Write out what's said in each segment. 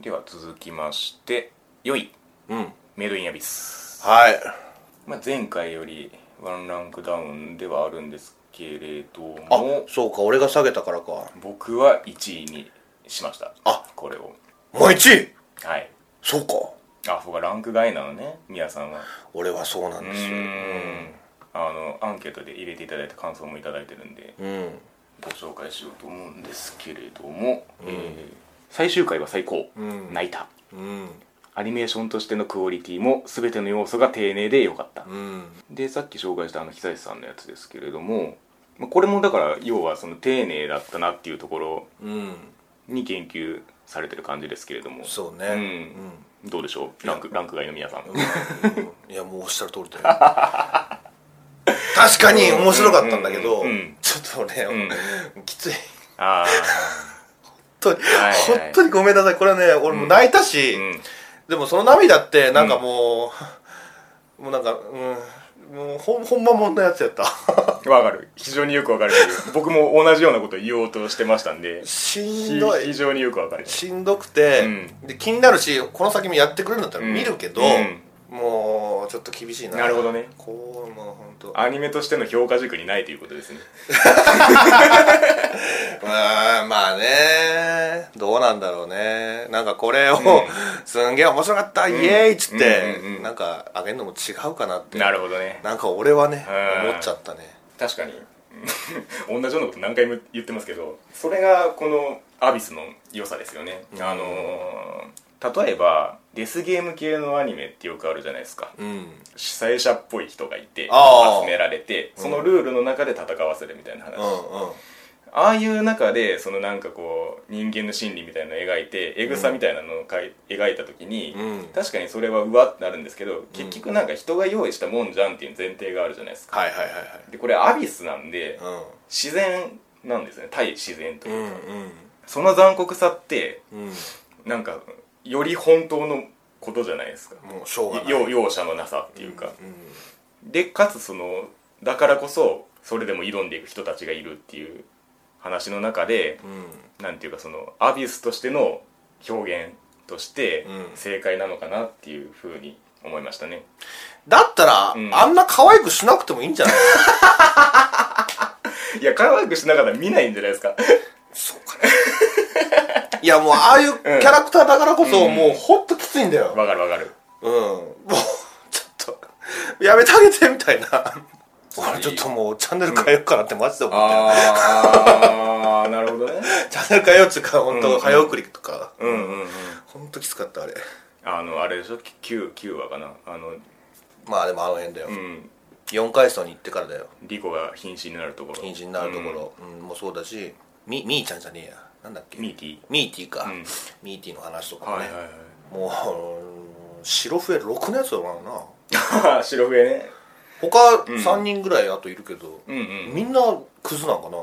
では続きまして4位うんメイドインアビス、はいまあ、前回よりワンランクダウンではあるんですけれどあもそうか俺が下げたからか僕は1位にしましたあこれをお前1位はいそうかあそうかランク外なのね宮さんは俺はそうなんうですよんあのアンケートで入れていただいた感想もいただいてるんでうんご紹介しようと思うんですけれども、えー最終回は最高、うん泣いたうんアニメーションとしてのクオリティも全ての要素が丁寧で良かった、うんでさっき紹介したあの久石さんのやつですけれどもまあこれもだから要はその丁寧だったなっていうところうんに研究されてる感じですけれどもそうねうん、どうでしょうランクランク外の皆さん、うんいやもうおっしゃる通りだよ 確かに面白かったんだけど、うんうんちょっとね、きついああ本当に、はいはい本当にごめんなさいこれはね俺も泣いたし、うんでもその涙ってなんかもう、もうなんかうんもうほんほんまもんのやつやった わかる非常によくわかるけど僕も同じようなことを言おうとしてましたんで しひんどい非常によくわかるしんどくて、うんで気になるしこの先もやってくれるんだったらうん見るけど、うんもうちょっと厳しいななるほどねこうもう本当アニメとしての評価軸にないということですねうーんまあねどうなんだろうねなんかこれを、すんげえ面白かった、イエーイっつって、うんうんうんなんかあげるのも違うかなってなるほどねなんか俺はねうん思っちゃったね確かに 同じようなこと何回も言ってますけどそれがこのアビスの良さですよね、あのー例えばデスゲーム系のアニメってよくあるじゃないですかうん主催者っぽい人がいてあー集められてそのルールの中で戦わせるみたいな話、うんうんああいう中でそのなんかこう人間の心理みたいなのを描いてえぐさみたいなのをかい描いた時に、うん確かにそれはうわってなるんですけど結局なんか人が用意したもんじゃんっていう前提があるじゃないですかはいはいはいでこれアビスなんではい自然なんですね対自然というう、んうんその残酷さってうんなんかより本当のことじゃないですかもうしょうがない容容赦のなさっていうか、うんでかつそのだからこそそれでも挑んでいく人たちがいるっていう話の中で、なんていうかそのアビスとしての表現としてうん正解なのかなっていうふうに思いましたね、だったら、うんあんな可愛くしなくてもいいんじゃないいや可愛くしながら見ないんじゃないですかそうかねいやもうああいうキャラクターだからこそ、うんもうほんときついんだよわかるわかるうんもうちょっとやめてあげてみたいな俺ちょっともうチャンネル変えようかなってマジで思って、あ あなるほどねチャンネル変えようっていうか本うんう当ん早送りとか、うんうんうんほんときつかったあれあのあれでしょ9九話かなあのまあでもあの辺だよ、うん4回戦に行ってからだよリコが瀕死になるところ禁止になるところ、うんもうそうだしみみーちゃんじゃねえやなんだっけミーティーミーティーか、うんミーティーの話とかね、はいはいもう白笛6のやつだからな はい白笛ね他3人ぐらいあといるけど、うんうんみんなクズなんかな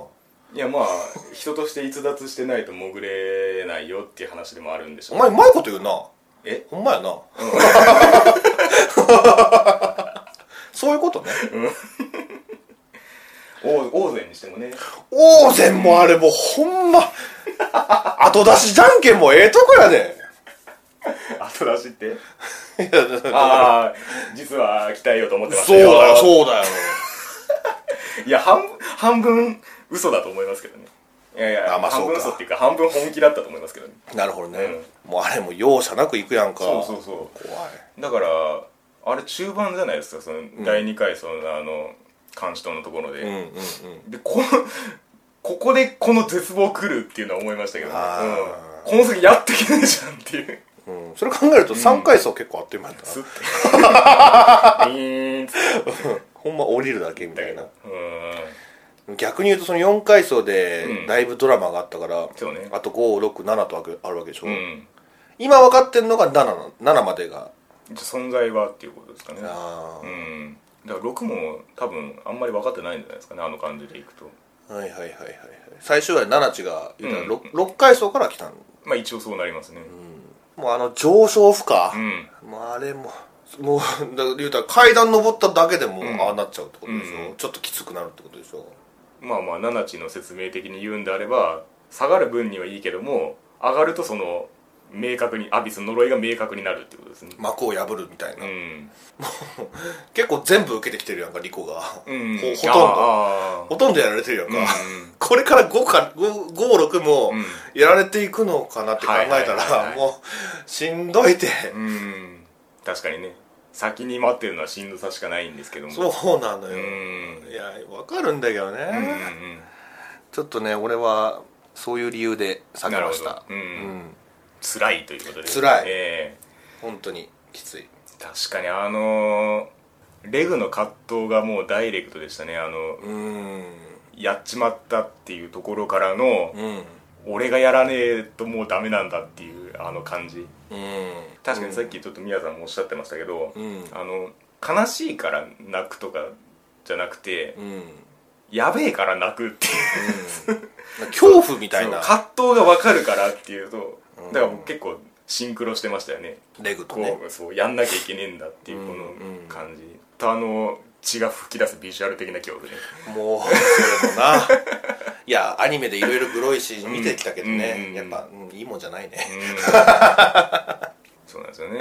いやまあ人として逸脱してないと潜れないよっていう話でもあるんでしょお前うまいこと言うなえほんまやな、そういうことね大大勢にしても ね王禅もあれもうほんま後出しじゃんけんもええとこやで後出し っていやだからああ実は鍛えようと思ってましそたうだよよそうだよいや半半分嘘だと思いますけどねいやいやあまあ半分そうか嘘っていうか半分本気だったと思いますけどねなるほどね、もうあれも容赦なくいくやんかそうそうそう怖いだからあれ中盤じゃないですかその第2回そのあの監視塔のところうんで、うんうんでこのここでこの絶望来るっていうのは思いましたけどね、あうん、この先やってけねえじゃんっていううん、それ考えると3階層結構あっという間だったな、スッてビーンっつっほんま降りるだけみたたけいなどうん逆に言うとその4階層でうんだいぶドラマがあったから、そうねあと567とあるあるわけでしょ、うん今分かってんのが7な7までがじゃあ存在はっていうことですかねあうー、んだから6も多分あんまり分かってないんじゃないですかねあの感じでいくとはいはいはいはいはい最終話で7ちが言うたらうん 6, 六階層から来たんまあ一応そうなりますねもうあの上昇負う荷、んもうあれももうだから言うたら階段登っただけでもうああなっちゃうってことでしょ、うんうんちょっときつくなるってことでしょまあまあ七地の説明的に言うんであれば下がる分にはいいけども上がるとその明確にアビスの呪いが明確になるってことですね膜を破るみたいな、うん結構全部受けてきてるやんかリコが、うんほほとんあどあほとんどやられてるやんか、うんこれから5か56もうんやられていくのかなって考えたはいはいはいはらいもうしんどいって、うん確かにね先に待ってるのはしんどさしかないんですけどもそうなのうよ、んいやわかるんだけどね、うんうんちょっとね俺はそういう理由で下げなるまほしたど、うんうん、辛いということで辛いえ本当にきついえ確かにあのーレグの葛藤がもうダイレクトでしたねあのうんやっちまったっていうところからのうん俺がやらねえともうダメなんだっていうあの感じうん確かにさっきちょっと宮さんもおっしゃってましたけど、うんあの悲しいから泣くとかじゃなくて、うん、 うん、やべえから泣くっていう恐怖みたいそなの葛藤がわかるからっていうとだから僕結構シンクロしてましたよねレグとこうねそうやんなきゃいけねえんだっていうこのうんうん感じとあの血が噴き出すビジュアル的な恐怖ねもうそれもないやアニメでいろいろグロいし見てきたけどうんうんね、うんやっぱ、うんいいもんじゃないね、うん そうなんですよね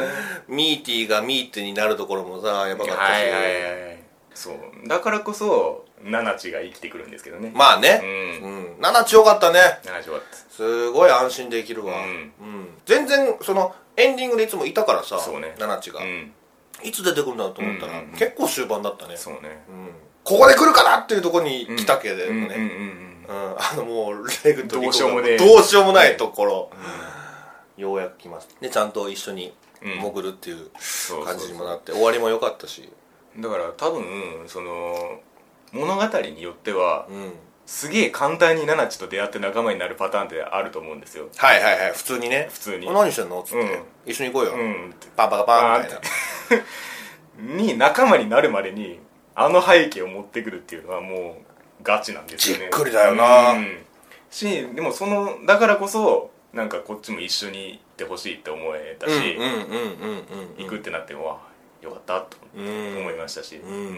ミーティーがミーティーになるところもさやばかったし、はいはいはいそうだからこそナナチが生きてくるんですけどねまあねううんん、ナナチよかったねナナチはすごい安心できるわ、ううん全然そのエンディングでいつもいたからさ、そうねナナチが、うんいつ出てくるんだろうと思ったら、うんうんうん結構終盤だったね、そうねうん、ここで来るかなっていうところに来たけれどうんね、うんうんうんうん、あのもうレグとリコどがうしようもねえどうしようもないところ、ようやく来ますでちゃんと一緒に潜るっていうそうそう感じにそうもなって終わりも良かったしだから多分その物語によってはうんすげえ簡単にナナチと出会って仲間になるパターンってあると思うんですよはいはいはい普通にね普通にお何してんのっつって、うん一緒に行こうよ、うんパンパカパンみたいパンなっに仲間になるまでにあの背景を持ってくるっていうのはもうガチなんですよねじっくりだよなうんしでもそのだからこそなんかこっちも一緒に行ってほしいって思えたうんし、うんうんうんうん行くってなってもあよかったとうん思いましたし、うんん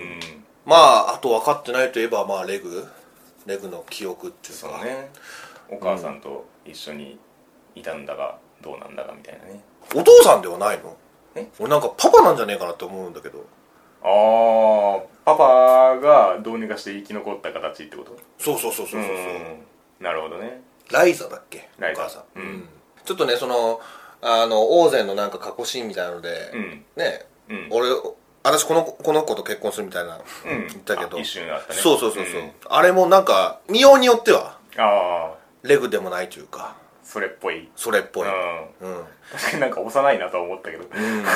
まああと分かってないといえばまあレグレグの記憶っていうそうかねお母さんと一緒にいたんだがどうなんだかみたいなねお父さんではないのえ俺なんかパパなんじゃねえかなって思うんだけどああパパがどうにかして生き残った形ってことそうそうそうそうそうそう、なるほどねライザだっけライザお母さん、うんちょっとねそのあの王禅のなんか過去シーンみたいなので、うんね、うん俺私このこの子と結婚するみたいな、うん言ったけどあ一瞬あったねそうそうそうそう、んあれもなんか見ようによってはああレグでもないというかそれっぽいそれっぽうい、ん うん、確かになんか幼いなとは思ったけど、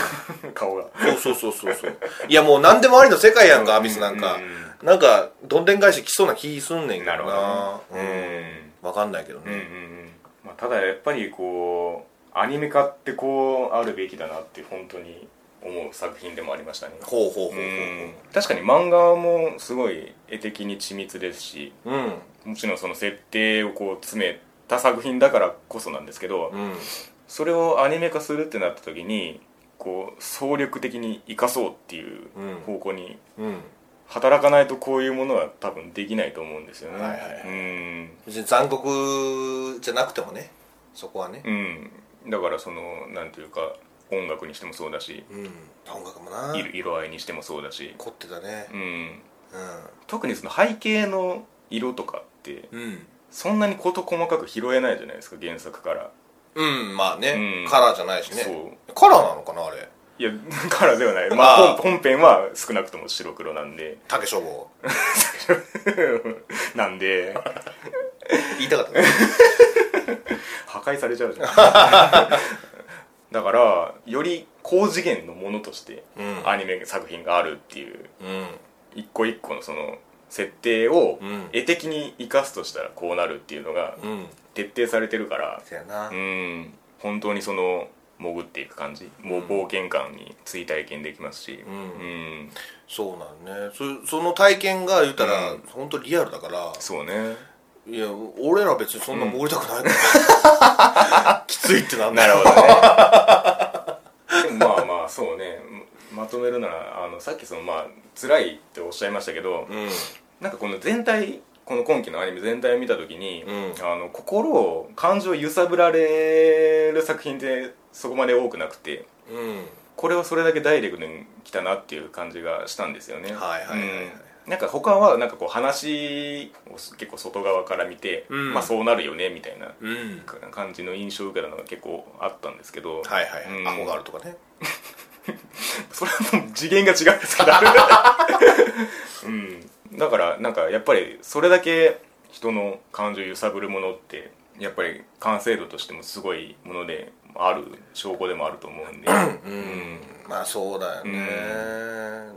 顔がそうそうそうそうそう いやもう何でもありの世界やんかうんアビスなんか、うんなんかどんでん返し来そうな気すんねんけどななるほどうんね分かんないけどうんうんうんね、うんまあただやっぱりこうアニメ化ってこうあるべきだなって本当に思う作品でもありましたねほうほうほうほううん確かに漫画もすごい絵的に緻密ですしほううんもちろんその設定をこう詰めた作品だからこそなんですけど、うんそれをアニメ化するってなった時にこう総力的に生かそうっていううん方向にうん働かないとこういうものは多分できないと思うんですよね、はいはいはいうん別に残酷じゃなくてもねそこはねうんだからそのなんていうか音楽にしてもそうだしうん、音楽もな色色合いにしてもそうだし、凝ってたねうん、う特にその背景の色とかってんうん、そんなに事細かく拾えないじゃないですか原作からうん、まあね、うんカラーじゃないしねそカラーなのかなあれいやからでは ない、まあ、まあ本本編は少なくとも白黒なんで 竹書房なんで言いたかったね 破壊されちゃうじゃん だからより高次元のものとしてうんアニメ作品があるっていううん一個一個のその設定をうん絵的に生かすとしたらこうなるっていうのがうん徹底されてるからそやなうん本当にその潜っていく感じもう冒険感に追体験できますしうんんそうなんねそその体験が言うたら、うん本当リアルだからそうねいや俺ら別にそんな潜りたくないから、 きついってなんだなよるほどねでもまあまあそうねまとめるならあのさっきそのまあ辛いっておっしゃいましたけど、うんなんかこの全体この今期のアニメ全体を見た時に、うんあの心を感情を揺さぶられる作品ってそこまで多くなくてうんこれはそれだけダイレクトに来たなっていう感じがしたんですよねはいはいはいはいうんなんか他はなんかこう話を結構外側から見て、うんまあそうなるよねみたいなうん感じの印象を受けたのが結構あったんですけど、はいはい、うんアホがあるとかねそれはもう次元が違うんですから、うん、だからなんかやっぱりそれだけ人の感情を揺さぶるものってやっぱり完成度としてもすごいものである証拠でもあると思うんで、うんまあそうだよね、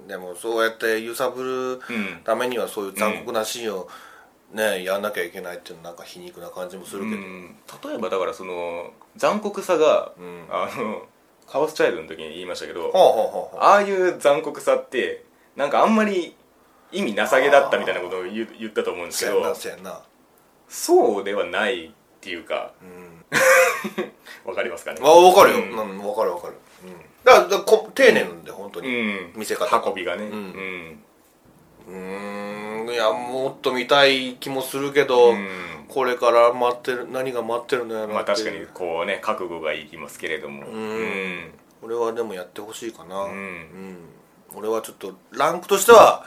でもそうやって揺さぶるためにはそういう残酷なシーンをねやんなきゃいけないっていうのなんか皮肉な感じもするけうど、ん例えばだからその残酷さが、んあのカオスチャイルドの時に言いましたけど、ほうほうほうほうああいう残酷さってなんかあんまり意味なさげだったみたいなことを言う言ったと思うんですせけやんなどせやんなそうではないっていうかうんわかりますかねあ分かるよ、うんうん分かる分かる、うん、だからだからこ丁寧なんで本当うにん見せ方運びがねううんんうーんいやもっと見たい気もするけど、うんこれから待ってる何が待ってるのやろうっていうまあ確かにこうね覚悟がいきますけれどもうんん俺はでもやってほしいかなうん俺はちょっとランクとしては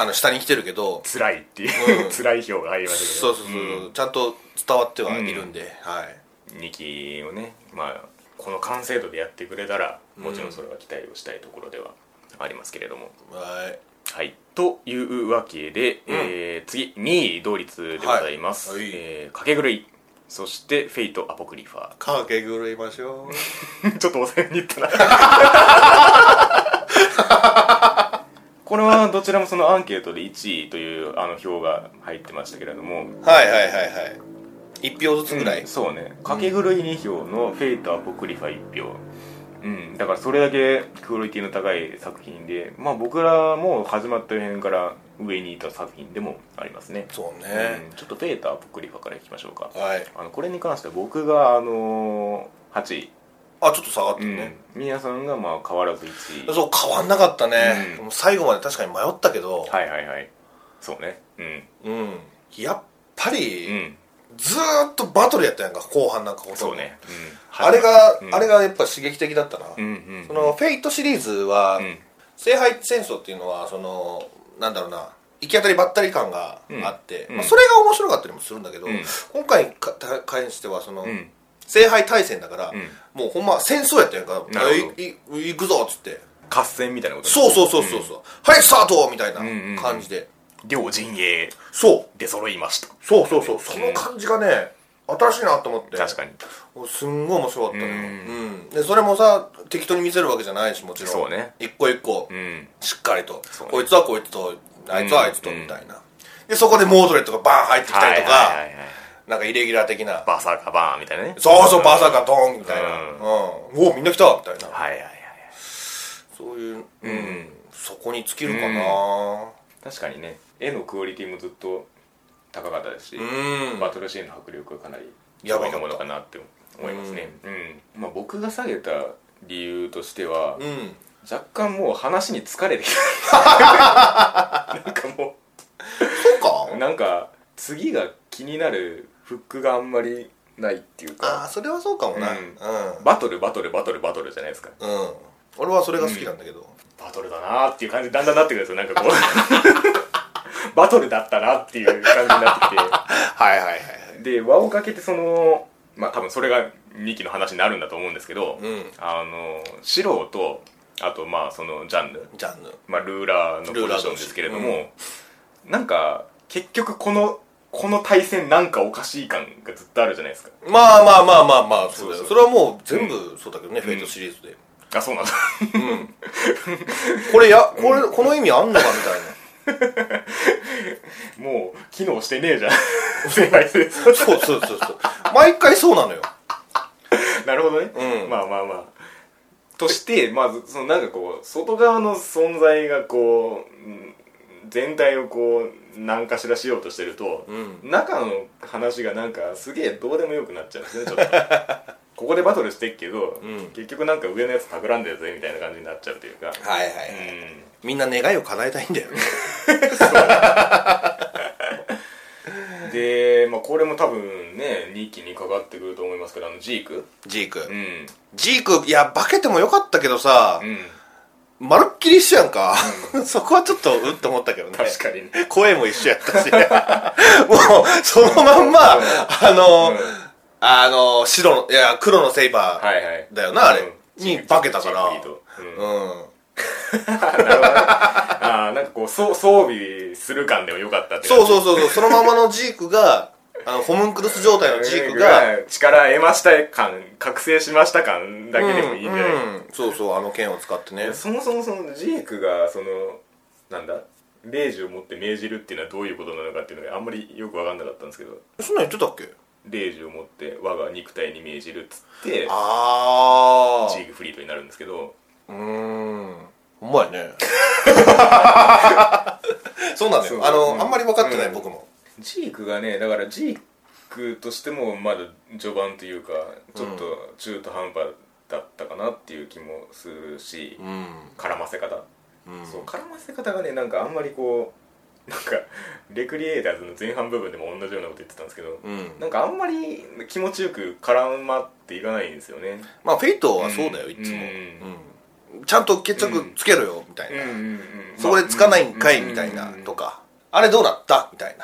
あの下に来てるけど辛いっていううん 辛い票が入りましたけそうどそうそう、ちゃんと伝わってはいるんで、はい2期をねまあこの完成度でやってくれたらもちろんそれは期待をしたいところではありますけれどもはいはいというわけで、えー次2位同率でございます、はいはいえー、かけ狂いそして「フェイト・アポクリファかけ狂いましょうー」 ちょっと抑えにい ったなこれはどちらもそのアンケートで1位というあの票が入ってましたけれどもはいはいはいはい1票ずつぐらい、うんそうねかけ狂い2票の「フェイト・アポクリファー」1票うん、だからそれだけクオリティの高い作品で、まあ、僕らも始まった辺から上にいた作品でもありますねそううね、んちょっとペーター・ポクリファからいきましょうかはいあのこれに関しては僕が、あのー、8位あちょっと下がってるね、みや、さんがまあ変わらず1位そう変わんなかったね、うんもう最後まで確かに迷ったけど、はいはいはいそうねうんうんやっぱり、うんずーっとバトルやったやんか後半なんかほとんどそうね、うんあれが、うんあれがやっぱ刺激的だったな、うんうんそのフェイトシリーズは、うん聖杯戦争っていうのはそのなんだろうな行き当たりばったり感があって、うんまあ、うんそれが面白かったりもするんだけど、うん今回にか関してはその、うん聖杯大戦だから、うんもうほんま戦争やったやんかなるほどいい行くぞっつって合戦みたいなことそうそうそうそうそう、はいスタートみたいなんうんうん感じで、両陣営そう出揃いましたそうそうそうその感じがね、新しいなと思って確かにすんごい面白かったのよ、うんでそれもさ適当に見せるわけじゃないしもちろんそうね一個一個、うんしっかりと、そうねこいつはこいつとあいつはあいつと、うんみたいなでそこでモードレットがバーン入ってきたりとか、はいはいはいはいなんかイレギュラー的なバーサーカーバーンみたいなねそうそうバーサーカードーンみたいな、ううんんおおみんな来たみたいなはいはいはいはいそういう、うんん、そこに尽きるかな確かにね絵のクオリティもずっと高かったですし、うん、バトルシーンの迫力がかなりやばかいったなものかなって思いますね、うんまあ、僕が下げた理由としては、うん若干もう話に疲れてきたなん かもそうかうなんか次が気になるフックがあんまりないっていうああかそれはそうかもなううんん、バトルバトルバトルバトルじゃないですかうん俺はそれが好きなんだけど、バトルだなーっていう感じにだんだんなってくるんですよなんかこう バトルだったなっていう感じになってきてはいはいはいはいで輪をかけてそのまあ多分それが2期の話になるんだと思うんですけど、うんあの素人とあとまあそのジャンル、ジャンヌまあ、ルーラーのポジションですけれども、なんか結局このこの対戦なんかおかしい感がずっとあるじゃないですかまあまあまあまあまあそうだそうそうよそれはもう全部そうだけどね、フェイトシリーズで、あそうなん だこれやこれ、この意味あんのかみたいなもう機能してねえじゃ ん世界戦そうそうそうそう毎回そうなのよ なるほどね、うんまあまあまあとしてまずそのなんかこう外側の存在がこううん全体をこう何かしらしようとしてると、う中の話がなんかすげえどうでもよくなっちゃうんですねちょっと ここでバトルしてっけど、うん結局なんか上のやつ企んでるぜみたいな感じになっちゃうというか、はいはい、みんな願いを叶えたいんだよねまあ、これも多分ね2期にかかってくると思いますけどあのジークジーク、うんジークいや化けてもよかったけどさ、うんまるっきり一緒やんか、 そこはちょっとうって思ったけどね確かにね声も一緒やった しもうそのまんま、うんあの、うんあの白のいや黒のセイバはいはいーだよな、あれ、うんに化けたからジークとジークリードうんうんああなんかこうそう装備する感でもよかったってそううそうそうそうそのままのジークがあのホムンクルス状態のジークがが力得ました感覚醒しました感だけでもいいんじゃない、うんうんそうそうあの剣を使ってねそもそもそのジークがそのなんだレイジを持って命じるっていうのはどういうことなのかっていうのがあんまりよく分かんなかったんですけどそんなん言ってたっけレイジを持って我が肉体に命じるっつってあジークフリードになるんですけどあうーんうまい ねそうなんだそうよあの、うんあんまり分かってない、うん僕もジークがねだからジークとしてもまだ序盤というかちょっと中途半端だったかなっていう気もするし、うん絡ませ方、うんそう絡ませ方がねなんかあんまりこうなんかレクリエイターズの前半部分でも同じようなこと言ってたんですけど、うんなんかあんまり気持ちよく絡まっていかないんですよねまあフェイトはそうだよ、いつも、うんちゃんと決着つけろよみたいな、んうんそこでつかないんかいみたいなとか、あれどうだったみたい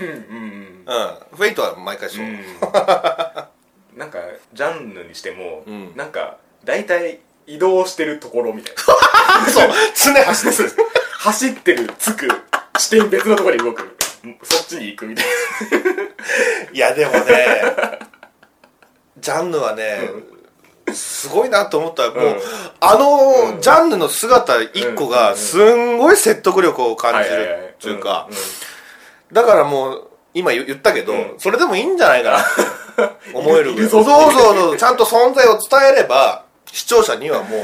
うんうんうんな、うん、フェイトは毎回そう、うんなんかジャンルにしても、うんなんか大体移動してるところみたいな そう常走ってる走ってるつく視点別のところに動くそっちに行くみたいないやでもね ジャンヌはね、すごいなと思ったらもう、うんあの、うんジャンヌの姿一個うがんすんごい説得力を感じははるっていうかんだからもう今言言ったけど、うんそれでもいいんじゃないかな って思えるいぐるらいそぞうそうそうちゃんと存在を伝えれば視聴者にはもう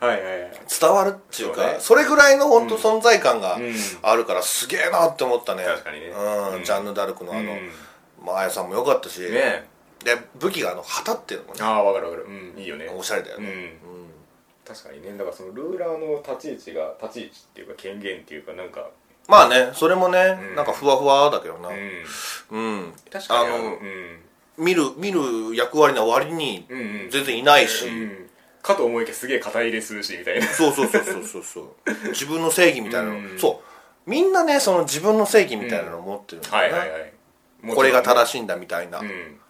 うんはいはいはい伝わるっていうかそそ,、うねれぐらいの本当存在感がうんあるから、すげえなって思ったね確かにねうんうんジャンヌ・ダルクのあの、うんまあ、あやさんも良かったし、ねで武器があの旗っていうのもねああ分かる分かるうんいいよねおしゃれだようね、んうん確かにねだからそのルーラーの立ち位置が立ち位置っていうか権限っていうかなんかまあねそれもね、うんなんかふわふわだけどなううん、ん確かあにあののうん見る見る役割な割にうんうん全然いないし、うんかと思いきやすげえ肩入れするしみたいなそうそうそうそうそうそう 自分の正義みたいなの、うんそうみんなねその自分の正義みたいなのを持ってるんだはいよはいねはいこれがだ正しいんだみたいな、うん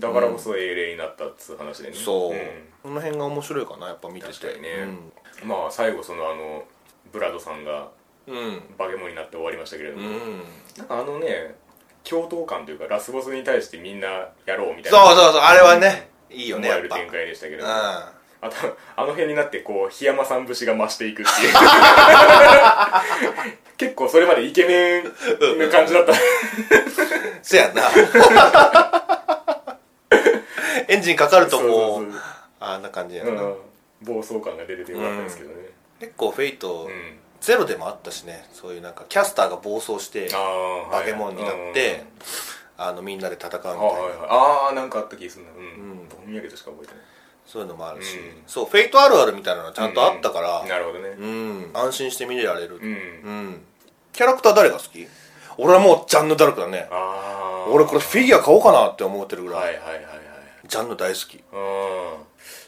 だからこそ英霊になったっつう話でねそう、んこの辺が面白いかなやっぱ見てて確かにねまあ最後そのあのブラドさんがうんうん、化け物になって終わりましたけれどうもん、なんかあのね共闘感というかラスボスに対してみんなやろうみたそういなそうそうあれはね、いいよ思ねやえっるぱ展開でしたけれどもうんあと、あの辺になって、こう、檜山さん節が増していくっていう。 結構それまでイケメンな感じだった。せやんな エンジンかかるともそううそうあんな感じやそうな、うん暴走感が出ててよかったんですけどね。結構フェイト、うんゼロでもあったしねそういうなんかキャスターが暴走してあーは化いけ物になって、あのみんなで戦うみたいうんな、あー、はいはいあーなんかあった気がするな。うんん。ぼんやりとしか覚えてない。そういうのもあるし、うんそうフェイトあるあるみたいなのちゃんとあったから、うんなるほどね。うん、安心して見れられる、ううんん。キャラクター誰が好き俺はもうジャンヌ・ダルクだねああ。俺これフィギュア買おうかなって思ってるぐらい、はいはいはいはい。ジャンヌ大好きああ。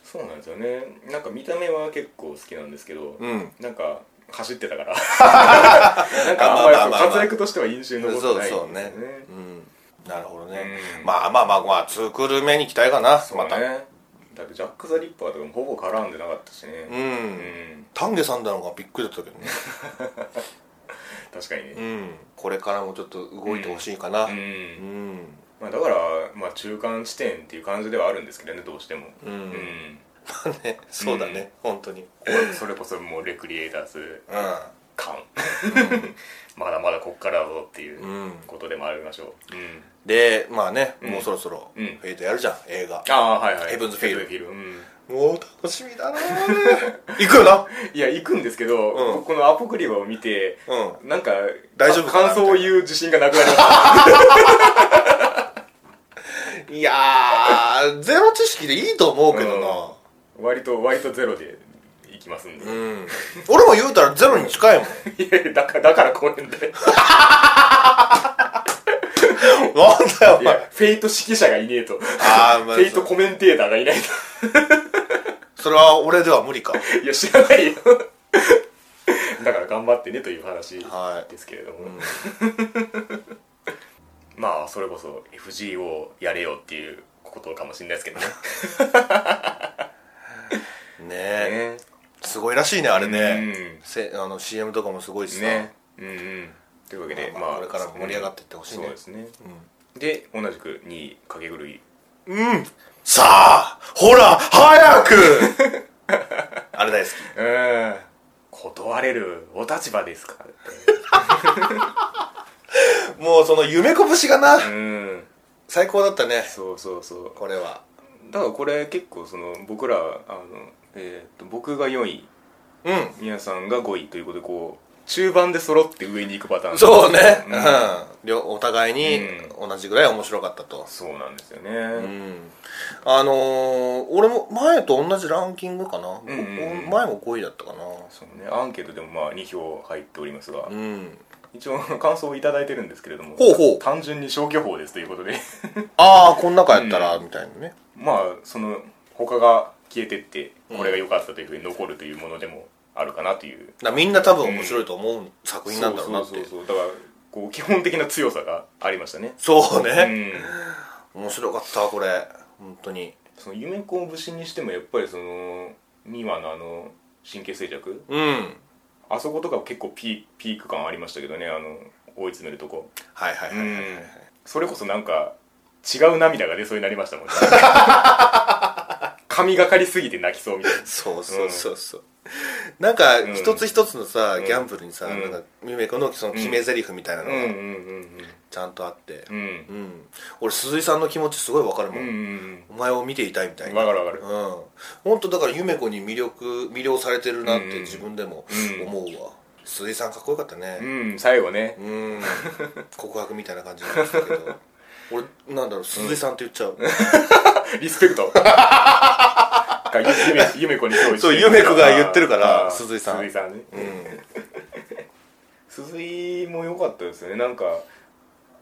そうなんですよね。なんか見た目は結構好きなんですけど、うんなんか走って たからなんかあんまりそうまあまあまあまあ活躍としては印象に残ってないんですそようねねうんなるほどね、うんまあまあまあまあツークール目に期待かなそうまたねだってジャック・ザ・リッパーとかもほぼ絡んでなかったしねうん、うん丹下さんだのがびっくりだったけどね確かにうねんこれからもちょっと動いてほしいかなううん、んまあだからまあ中間地点っていう感じではあるんですけどねどうしてもうんうんねそうだね、本当にうんこれそれこそもうレクリエイターズ感 まだまだこっからだぞっていううんことでもありましょううんでまあね、もうそろそろフうんェイトやるじゃん映画ああはいはいヘブンズフィールヘブンズフィールうんもう楽しみだなー 行くよないや行くんですけど、んここのアポクリバを見て、うなんか大丈夫かな感想を言う自信がなくなりましたいやーゼロ知識でいいと思うけどな、割と割とゼロで行きますんで、うん俺も言うたらゼロに近いもん いやだからだからこうなんでだよおい前やフェイト指揮者がいねえとあーまあフェイトコメン テーターがいないそれは俺では無理かといや知らないよだから頑張ってねという話はいですけれども、まあそれこそ FG をやれよっていうことかもしれないですけどねねえすごいらしいねあれねせあの CM とかもすごいしうんさ、ねうんうんというわけで、まあまあこれからも盛り上がっていってほしいねそうですね、で同じく2位掛け狂いさあほら早くあれ大好きうん断れるお立場ですからもうその夢こぶしがな、うん最高だったねそうそうそうこれはだからこれ結構その僕らあの、えー、と僕が4位うん宮さんが5位ということでこう中盤で揃って上に行くパターンそうね、ううんん両お互いに同じぐらい面白かったと、そうなんですよね、うんあのー俺も前と同じランキングかな、んうんうんお前も5位だったかなそうねアンケートでもまあ2票入っておりますが、うん一応感想を頂いただいてるんですけれどもほうほう単純に消去法ですということで ああこん中やったら、みたいなねまあその他が消えてってこれが良かったというふうに残るというものでもあるかなというだからみんな多分面白いと思う作品なんだろうなってそうそうそうそうだからこう基本的な強さがありましたねそううね、ん面白かったこれ本当にその夢子節にしてもやっぱりその2話のあの神経衰弱うんあそことか結構ピピーク感ありましたけどねあの追い詰めるとこはいはいはいはいはい、それこそなんか違う涙が出そうになりましたもんね神がかりすぎて泣きそうみたいなそうそうそうそう、なんか一つ一つのさ、ギャンブルにさ、うんなんか夢子のその決め台詞みたいなのうんうんがちゃんとあってうんうんうんうん、俺鈴井さんの気持ちすごいわかるも、うんんお前を見ていたいみたういんなわうんかるわかる本当だから夢子に魅力魅了されてるなっうんて自分でもうん思うわ、鈴井さんかっこよかったねうん最後ねうん 告白みたいな感じになってたけど俺なんだろう鈴井さんって言っちゃう、リスペクトがゆ夢夢子に憑依してそう夢子が言ってるから鈴井さん鈴井さんねうん鈴井も良かったですよねなんか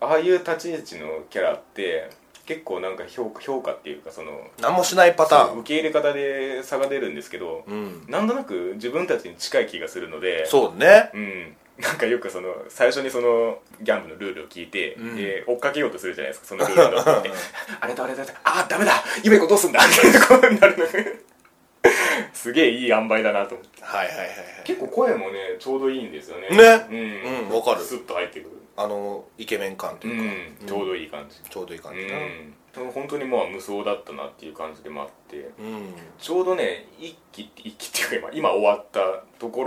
ああいう立ち位置のキャラって結構なんか評価評価っていうかその何もしないパターン受け入れ方で差が出るんですけど、うんなんとなく自分たちに近い気がするのでそうねうん、なんかよくその最初にそのギャンブルのルールを聞いて、うんで追っかけようとするじゃないですかそのルールの ってあれだあれだあれだあーダメだ夢子どうすんだみたいなことになるのがすげえいい塩梅だなと思ってはいはいはいはい結構声もねちょうどいいんですよねねうんうんわかるスッと入ってくるあのイケメン感というか、うんちょうどいい感じちょうどいい感うじな、ん、本当にまあ無双だったなっていう感じでもあってうんちょうどね一期って一期っていうか今今終わったとこ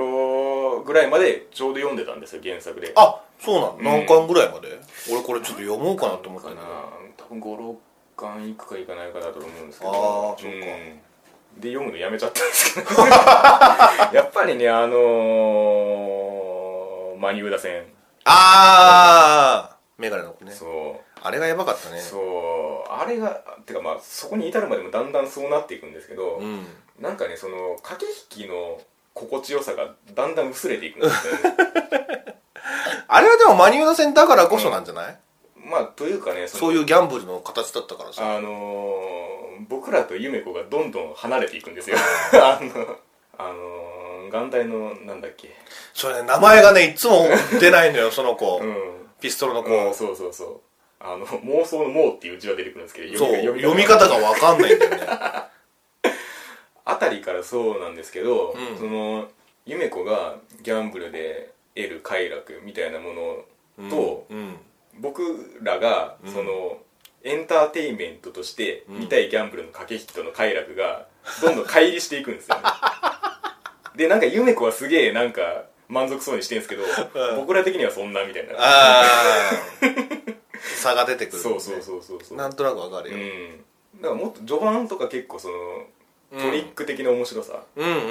ろぐらいまでちょうど読んでたんですよ原作であそうなの、ん何巻ぐらいまで俺これちょっと読もうかなと思ったかんなだけど多分56巻いくかいかないかだと思うんですけどあーそっかんで読むのやめちゃったんです けどやっぱりねあのー、マニューダ戦ああメガネの子ねそうあれがやばかったねそうあれがてかまあそこに至るまでもだんだんそうなっていくんですけど、うんなんかねその駆け引きの心地よさがだんだん薄れていくんですよねあれはでもマニュアル戦だからこそなんじゃない、まあというかねそのそういうギャンブルの形だったからさあのー、僕らと夢子がどんどん離れていくんですよ あのあのー、眼帯のなんだっけそれね名前がねいつも出ないのよその 子、うん、ピストルの子、うん、そうそうそうあの妄想の「妄」っていう字が出てくるんですけどそう読みが方がわかんないんだよね あたりからそうなんですけど、うんその夢子がギャンブルで得る快楽みたいなものと、うん僕らがその、エンターテインメントとしてん見たいギャンブルの駆け引きとの快楽がどんどん乖離していくんですよ ねでなんか夢子はすげえなんか満足そうにしてるんですけど、ん僕ら的にはそんなみたいなああ 差が出てくる、ね、そうそうそうそうそうなんとなくわかるよ、うん、だからもっと序盤とか結構そのトリック的な面白さうん、うんうん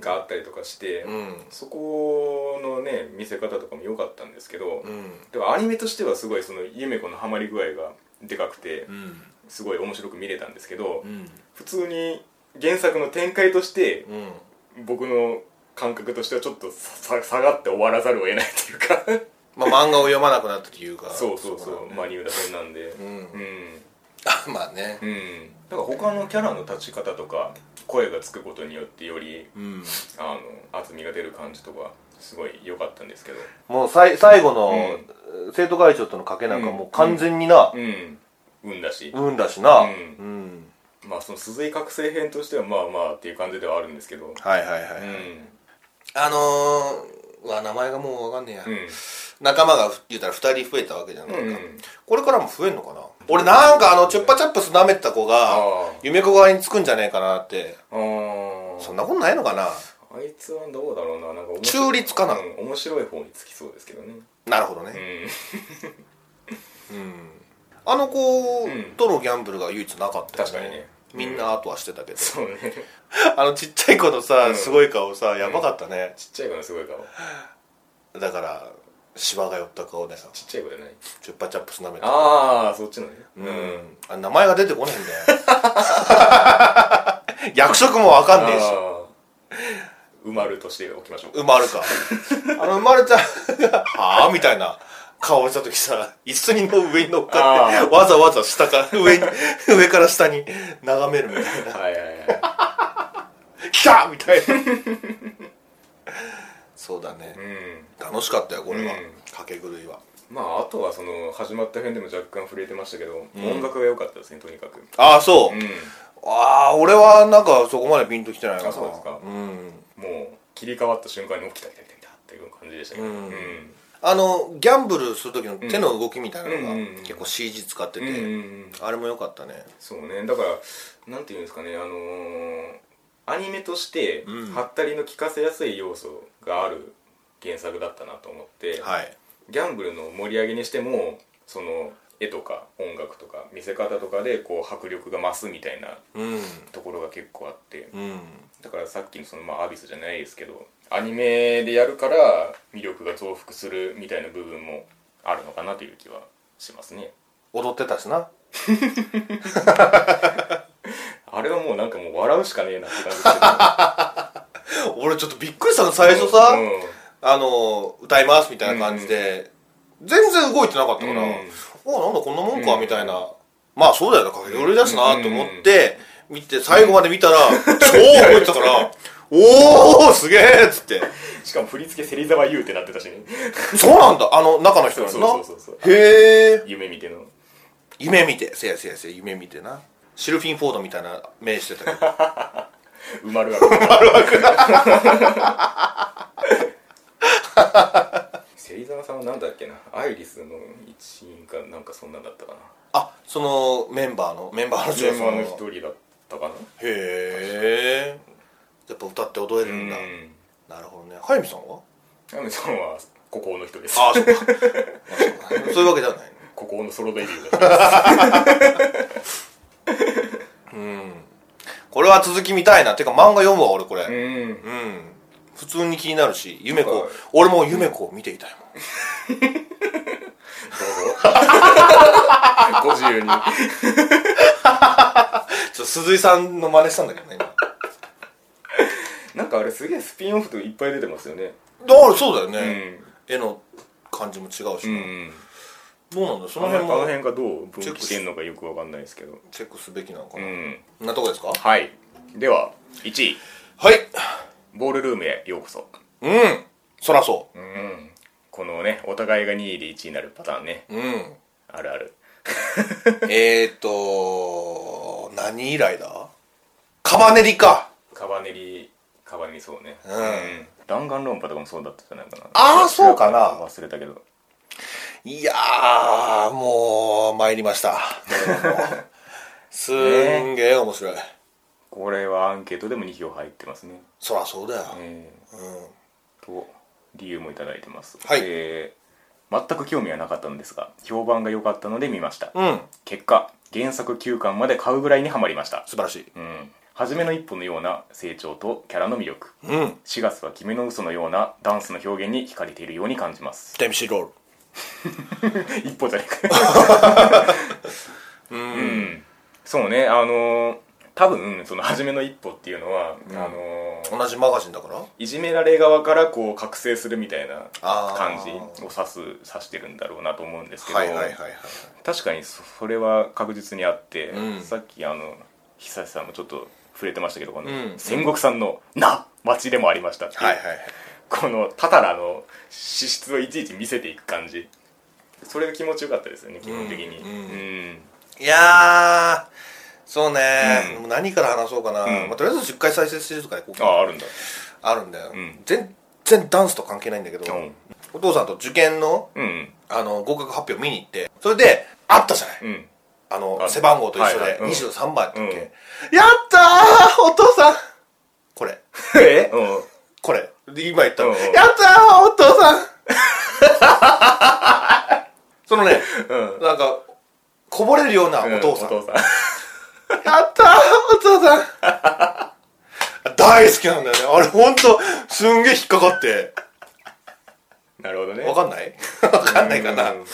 があったりとかして、うんうんそこのね見せ方とかも良かったんですけど、うんでもアニメとしてはすごいその夢子のハマり具合がでかくてうんすごい面白く見れたんですけど、うん普通に原作の展開としてうん僕の感覚としてはちょっとささ下がって終わらざるを得ないというかまあ、漫画を読まなくなった理由が そうそうそうなんだまあ理由だそんなんでううんんあまあねうんだから他のキャラの立ち方とか声がつくことによってよりうんあの厚みが出る感じとかすごい良かったんですけどもうさい最後のうん生徒会長との賭けなんかうんもう完全になうん運だし運だしなううんんまあその鈴井覚醒編としてはまあまあっていう感じではあるんですけどはいはいはういんあのーうわ名前がもうわかんねえやうん仲間が言うたら2人増えたわけじゃないかうんこれからも増えんのかな俺なんかあのチュッパチャップス舐めてた子があ夢子側につくんじゃねえかなってあああそんなことないのかなあいつはどうだろうななんか面白い中立かなうん面白い方につきそうですけどねなるほどうねん うんあの子うんとのギャンブルが唯一なかったよ確かにねみんなあとはしてたけど そうねあのちっちゃい子のさんすごい顔さやばかったねちっちゃい子のすごい顔だから芝が寄った顔でさちっちゃい子じゃないチュッパチャップス舐めたああそっちのねうん、あ名前が出てこないんだ よ役職もわかんねえしあー埋まるとしておきましょう生まるかあの生まれた はあみたいな顔をした時さ椅子にの上に乗っかっあてわざわざ下から上に上から下に眺めるみたいな はいはいは「来た!」みた いなそうだねい、うん楽しかったよこれは、うん掛け狂いはまああとはその始まった辺でも若干触れてましたけど、音楽が良かったですねとにかくああそう、うああ俺はなんかそこまでピンときてないかなあそうですかうんんもう切り替わった瞬間に起きたきたきたきたっていう感じでしたけどううんんあのギャンブルする時の手の動きみたいなうのんが結構 CG 使ってうんて、うんあれも良かったねそうねだからなんていうんですかねあのーアニメとしてうんハったりの聞かせやすい要素がある原作だったなと思って、はいギャンブルの盛り上げにしてもその絵とか音楽とか見せ方とかでこう迫力が増すみたいなうんところが結構あってうんだからさっきのその、まあ、アビスじゃないですけどアニメでやるから魅力が増幅するみたいな部分もあるのかなという気はしますね踊ってたしなあれはもうなんかもう笑うしかねえなって感じ ですけど俺ちょっとびっくりしたの最初さ、うんあの歌いますみたいな感じで、全然動いてなかったから、うんおなんだこんなもんうかんみたいな、まあそうだよな駆け寄りだしなと思って、見て最後まで見たら、超動いてたから「おおすげえ!」っつってしかも振り付け芹沢優ってなってたしね「そうなんだあの中の人そうなんそだうなそうそうそうへえ夢見ての夢見てせやせやせや夢見てなシルフィン・フォードみたいな目してたけど埋まるわけ埋まるわ け芹沢さんはなんだっけなアイリスの一員かなんかそんなんだったかなあそのメンバーのメンバーのメン女バ優さーんのの一人だったかなへえやっぱ歌って踊れるんだ、うんなるほどね速水さんはナムさんは孤高の人ですああそうかあそうかそういうわけではない孤高のソロデビューだうんこれは続き見たいなてか漫画読むわ俺これううん、ん普通に気になるし夢子、はい俺も夢子を見ていたいもんどうぞご自由にちょっと鈴井さんの真似したんだけどね今なんかあれすげえスピンオフとかいっぱい出てますよねだからそうだようね、絵の感じも違うし、うんどうなんだそあのの辺あ辺のも辺がどう分岐してんのかよくわかんないですけどチェックすべきなのかうな、んん、なとこですかはいでは1位はいボールルームへようこそうんそらそうんこのねお互いが2位で1位になるパターンねううんあるあるえーっと何以来だカバネリかカバネリカバネリそうねんうん弾丸論破とかもそうだったじゃないかなあーそうかな忘れたけどいやー、もう、参りま した。すんげえ面白い。これはアンケートでも2票入ってますね、そらそうだよ。えうん。ーと理由もいただいてます、はいえー全く興味はなかったのですが評判が良かったので見ました、うん。結果原作9巻まで買うぐらいにはまりました、素晴らしい。うん、初めの一歩のような成長とキャラの魅力うん。 4月は「君の嘘のようなダンスの表現に惹かれているように感じます デミシーロール。一 歩じゃないかうん、そうねあのー多分その初めの一歩っていうのは、あのー同じマガジンだからいじめられ側からこう覚醒するみたいなあー感じを指す指してるんだろうなと思うんですけど、はいはいはいはい確かにそそれは確実にあって、うんさっきあの久志さんもちょっと触れてましたけどこの、うん戦国さんの「な町でもありました」っていう、はいはいはいこのタタラの資質をいちいち見せていく感じそれが気持ちよかったですよね基本的にううんうんん、いやーそうね、うんもう何から話そうかな、うんまあ、とりあえず10回再生してるとかねここあああるんだあるんだよ、うん全然ダンスと関係ないんだけど、うんお父さんと受験のうんあの合格発表見に行ってそれで会ったじゃない、うんあのあ背番号と一緒はいはでいうん23番やったっけ、うんやったーお父さんこれえうんこれで今言ったの、うんうんやったーお父さん そのねうんなんかこぼれるようなお父さん、うんお父さん やったーお父さん大好きなん だよねあれほんとすんげえ引っかかってなるほどねわかん ないわかんないかなうん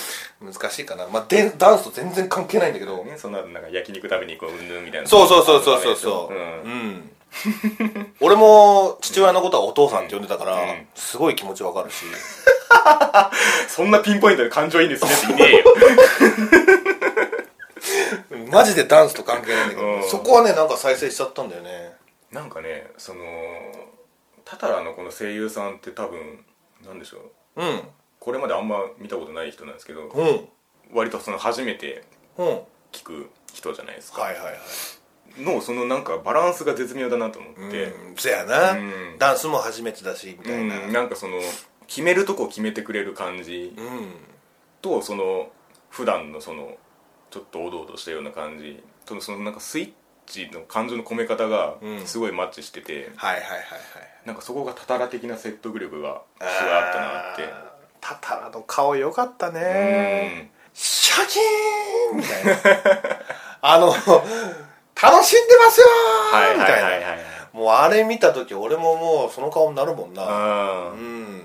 難しいかなまあでダンスと全然関係ないんだけどねその後なんか焼肉食べに行こううんぬんみたいなそうそうそうそうそうそううんん 俺も父親のことはお父さんって呼んでたからうんすごい気持ちわかるしそんなピンポイントで感情いいんですねっていねえよ マジでダンスと関係ないんだけどうんそこはねなんか再生しちゃったんだよねなんかねそのタタラのこの声優さんって多分なんでしょううんこれまであんま見たことない人なんですけどうん割とその初めてうんはい聞く人じゃないですかはいはいのそのなんかバランスが絶妙だなと思って、うんせやなうんダンスも初めてだしみたいなうんなんかその決めるとこ決めてくれる感じうんとその普段のそのちょっとおどおどしたような感じとそのなんかスイッチの感情の込め方がうんすごいマッチしてて、はいはいはいはいなんかそこがたたら的な説得力がすごいあったなってあータタラの顔良かったうんねシャキーンみたいな あの楽しんでますよはーいみはいはたいいなはいもうあれ見た時俺ももうその顔になるもんなあーうん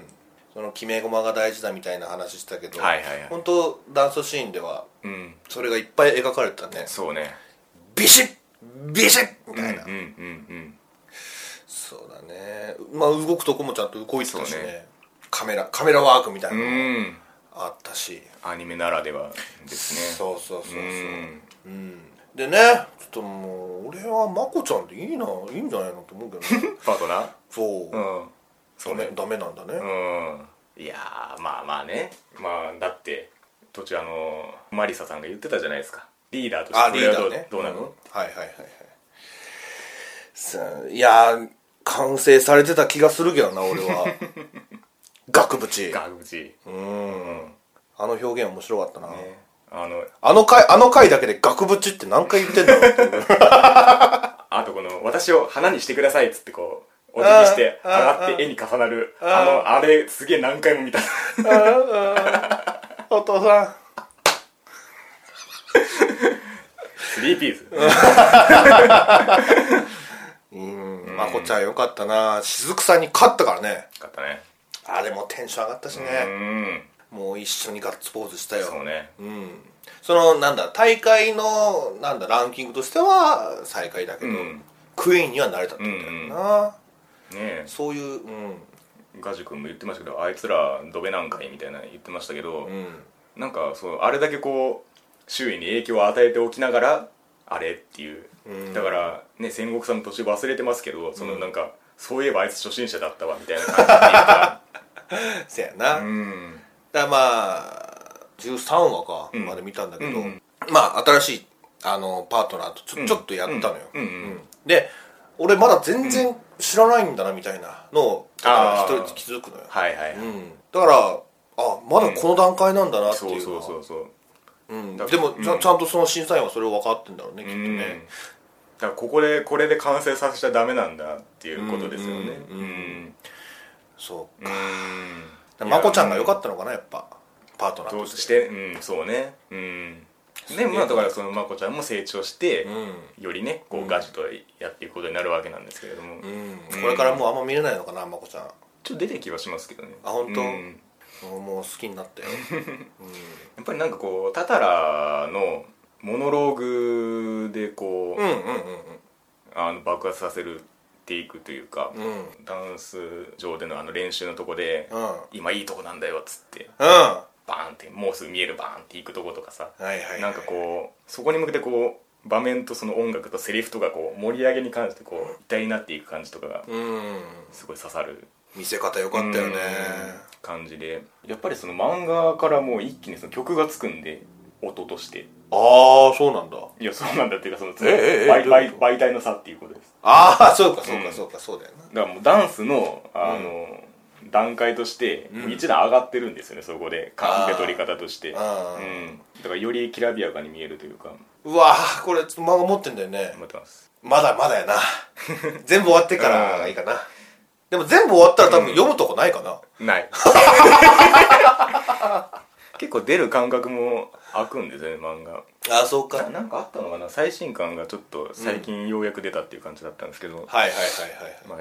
その決め駒が大事だみたいな話したけど、はいはいはい本当ダンスシーンではうんそれがいっぱい描かれてたねそうねビシッビシッみうんうたんいな、うんうんそうだねまあ動くとこもちゃんと動いてたしそねうねカメラカメラワークみたいなうのもんあったし、アニメならではですねそうそうそうそうううんん、でねちょっともう俺はまこちゃんでいいないいんじゃないのと思うけど ねパートナーそう、うんそダうねメダメなんだね、うんいやーまあまあねまあだって途中あのマリサさんが言ってたじゃないですかリーダーとあしてリ俺ーはどダーうねどうなの、んはいはいはいはいさあいやー完成されてた気がするけどな俺 は額縁ガグチうんあの表現面白かったな、ねあのあの回あの回だけで額縁って何回言ってんだろ うっていうあとこの「私を花にしてください」っつってこうお辞儀して上あーがって絵に重なるあのあれすげえ何回も見た お父さん3ピースうん、まこちゃんよかったな雫さんに勝ったからねかったねあれもテンション上がったしうね、んもう一緒にガッツポーズしたよそうねうんそのなんだ大会のなんだランキングとしては最下位だけど、うんクイーンにはなれたってことだよな、ねえそういううんガジ君も言ってましたけどあいつらドベなんかいみたいなの言ってましたけど、うんなんかそうあれだけこう周囲に影響を与えておきながらあれっていう、うんだからね戦国さんの途中忘れてますけどそのなんか、そういえばあいつ初心者だったわみ たいな感じっていうかせやな、うだかんらまあ13話か、んまで見たんだけど、うんうんまあ新しいあのパートナーとちょ,、んちょっとやったのよ、うんうんうんで俺まだ全然知らないんだなみたいなのをあ一ー人ずつ気づくのよ、はいはい、うん、だからあまだこの段階なんだなってそいううのそはうそうそううんだでもちゃ,、、うんんちゃんとその審査員はそれを分かってんだろうねきっうとんだね、からここでこれで完成させちゃダメなんだっていうことですよねうんううんんそううだんまこちゃんが良かっったのかなやっぱパートナーどとうしてしてうんそうねうんでまあだからそのまこちゃんも成長して、うよりねこうガジとやっていくことになるわけなんですけれども、ん、うん、これからもうあんま見れないのかなまこちゃんちょっと出てきはしますけどねあ本当うんもうもう好きになったよやっぱりなんかこうタタラのモノローグでこう、うんうんうんうんあの爆発させるっていくというか、うんうんダンス上でのあの練習のとこで、今いいとこなんだよっつってはバーンってもうすぐ見えるバーンっていくとことかさ、いはいはいなんかこうそこに向けてこう場面とその音楽とセリフとかこう盛り上げに関してこう一体になっていく感じとかがうんすごい刺さる見せ方良かったうよねん感じでやっぱりその漫画からもう一気にその曲がつくんで音としてああそうなんだいやそうなんだっていうかそのつええええ媒どういう媒媒体の差っていうことですああそうかそううかんそうかそうだよなだからもうダンスのあの、段階としてうん一段上がってるんですよね、そこであかー受け取り方として、うん、だあーからよりきらびやかに見えるというかうわーこれ漫画持ってんだよね思ってますまだまだやな全部終わってからがいいかなでも全部終わったら多分読むとこないかなない 結構出る感覚も開くんですよね漫画ああそうかはないなんかあったのかな最新刊がちょっと最近ようやく出たっていう感じだったんですけど、はいはいはいまあ、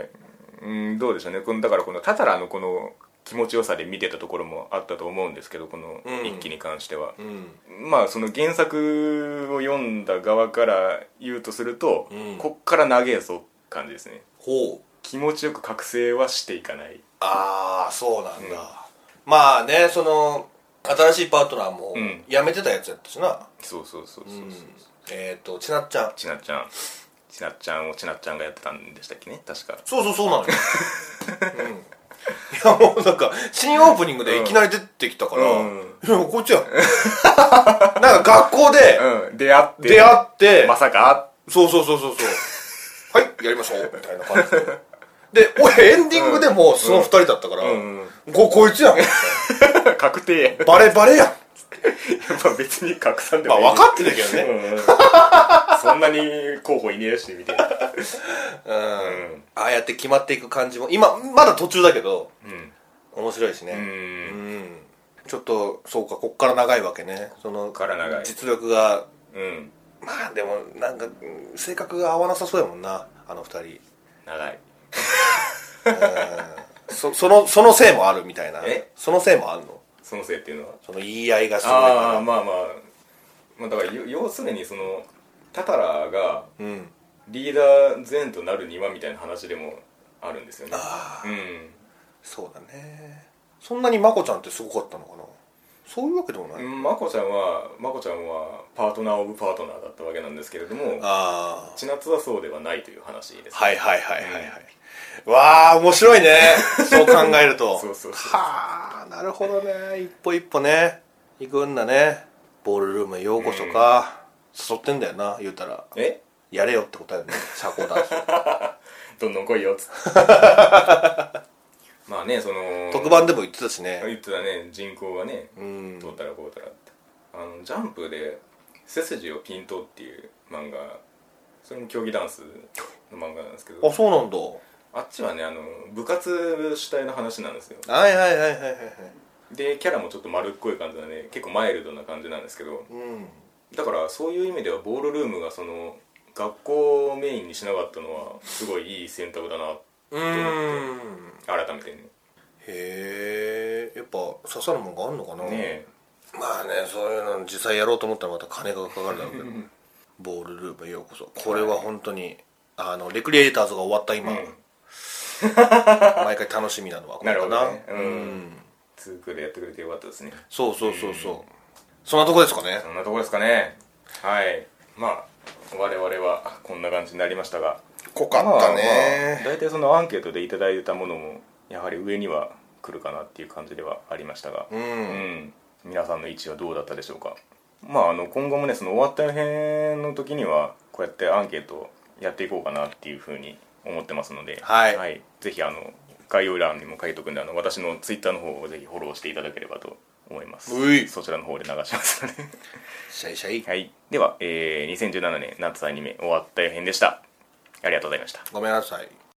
うんどうでしょうねこのだからこのタタラのこの気持ちよさで見てたところもあったと思うんですけどこのうん一気に関しては、うんまあその原作を読んだ側から言うとすると、うんこっから投げぞって感じですねほう気持ちよく覚醒はしていかないああそうなんだ、まあねその新しいパートナーもうん辞めてたやつやったしな、そうそうそうそううそう、んえっ、とちなっちゃんちなっちゃんちなっちゃんをちなっちゃんがやってたんでしたっけね確かそうそうそう なのよ、うん、いやもうなんか新オープニングでいきなり出てきたから、うんいやこっちやんなんか学校でうん出会って出会って、まさかそうそうそうそうそうはいやりましょうみたいな感じでで俺エンディングでもその二人だったから、うんここいつやん確定バレバレやん まあ別に拡散でまあもいい分かってたけどねうんうん そんなに候補いねえしみたいなうんああやって決まっていく感じも今まだ途中だけどうん面白いしねううんんちょっとそうかこっから長いわけねそのから長い実力がうんまあでもなんかうん性格が合わなさそうやもんなあの二人長いそそのそのせいもあるみたいなえそのせいもあるのそのせいっていうのはその言い合いがすごいああかまあまあまあだからよ要するにそのタタラがらうんリーダー前となるにはみたいな話でもあるんですよねあうんそうだねそんなにまこちゃんってすごかったのかなそういうわけでもない、うんまこちゃんはまこちゃんはパートナー・オブ・パートナーだったわけなんですけれどもああ千夏はそうではないという話ですねはいはいはいはいはい、わあ面白いねそう考える とそうそうそうはあなるほどね一歩一歩ね行くんだねボールルームへようこそか、誘ってんだよな言うたらえやれよってことやね社交ダンスどんどん来いよっつ ってまあねその特番でも言ってたしね言ってたね人口がねうんどうたらこうたらってあのジャンプで「背筋をピント」っていう漫画それも競技ダンスの漫画なんですけあどそうなんだあっちはねあの部活主体の話なんですよはいはいはいはいはいはいでキャラもちょっと丸っこい感じなんで結構マイルドな感じなんですけどうんだからそういう意味ではボールルームがその学校をメインにしなかったのはすごいいい選択だなうん改めてねへえやっぱ刺さるもんがあんのかなねまあねそういうの実際やろうと思ったらまた金がかかるだろうけどボールルームへようこそこれは本当にあのレクリエイターズが終わった今、うん毎回楽しみなのは こなれるかほなどねうんうんツークールやってくれてよかったですねそうそうそうそう、そんなとこですかねそんなとこですかねはいまあ我々はこんな感じになりましたが濃まあまあ大体そのアンケートでいただいたものもやはり上には来るかなっていう感じではありましたが、うんうん皆さんの位置はどうだったでしょうかまああの今後もねその終わった辺の時にはこうやってアンケートをやっていこうかなっていうふうに思ってますので、はいぜひあの概要欄にも書いておくんであの私のツイッターの方をぜひフォローしていただければと思いますういそちらの方で流しますのでシャイシャイはい、では、えー2017年夏アニメ終わった編でしたありがとうございましたごめんなさい